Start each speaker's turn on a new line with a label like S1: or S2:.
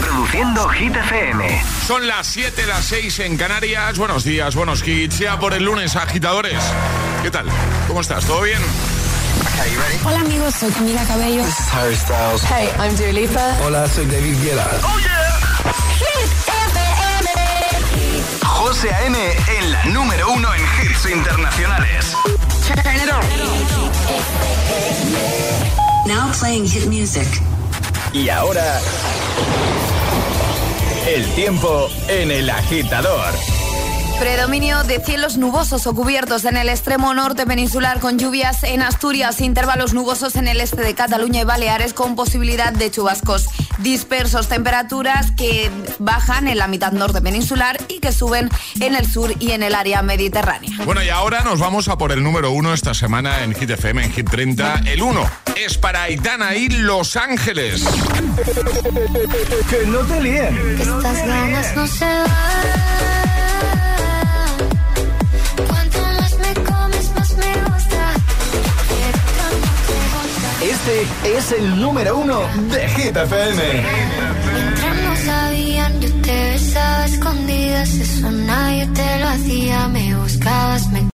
S1: Produciendo Hit FM.
S2: Son las 7, las 6 en Canarias. Buenos días, buenos hits. Ya por el lunes, agitadores. ¿Qué tal? ¿Cómo estás? ¿Todo bien?
S3: Okay, Hola amigos, soy Camila Cabello.
S4: This is Harry Styles.
S5: Hey, I'm Dua Lipa.
S4: Hola, soy David Guetta.
S1: Oh yeah. Hit FM. José A.M. en la número uno en hits internacionales.
S3: Turn it on. Now playing hit music.
S1: Y ahora el tiempo en el agitador.
S6: Predominio de cielos nubosos o cubiertos en el extremo norte peninsular con lluvias en Asturias, intervalos nubosos en el este de Cataluña y Baleares con posibilidad de chubascos dispersos, temperaturas que bajan en la mitad norte peninsular y que suben en el sur y en el área mediterránea.
S2: Bueno, y ahora nos vamos a por el número uno esta semana en Hit FM, en Hit 30. El 1 es para Aitana y Los Ángeles.
S4: que no te líen.
S7: Que estas ganas no se van. Cuanto más me comes, más me gusta.
S1: Este es el número uno de Hit FM.
S7: Mientras no sabían, yo te besaba escondidas. Eso nadie te lo hacía. Me buscabas, me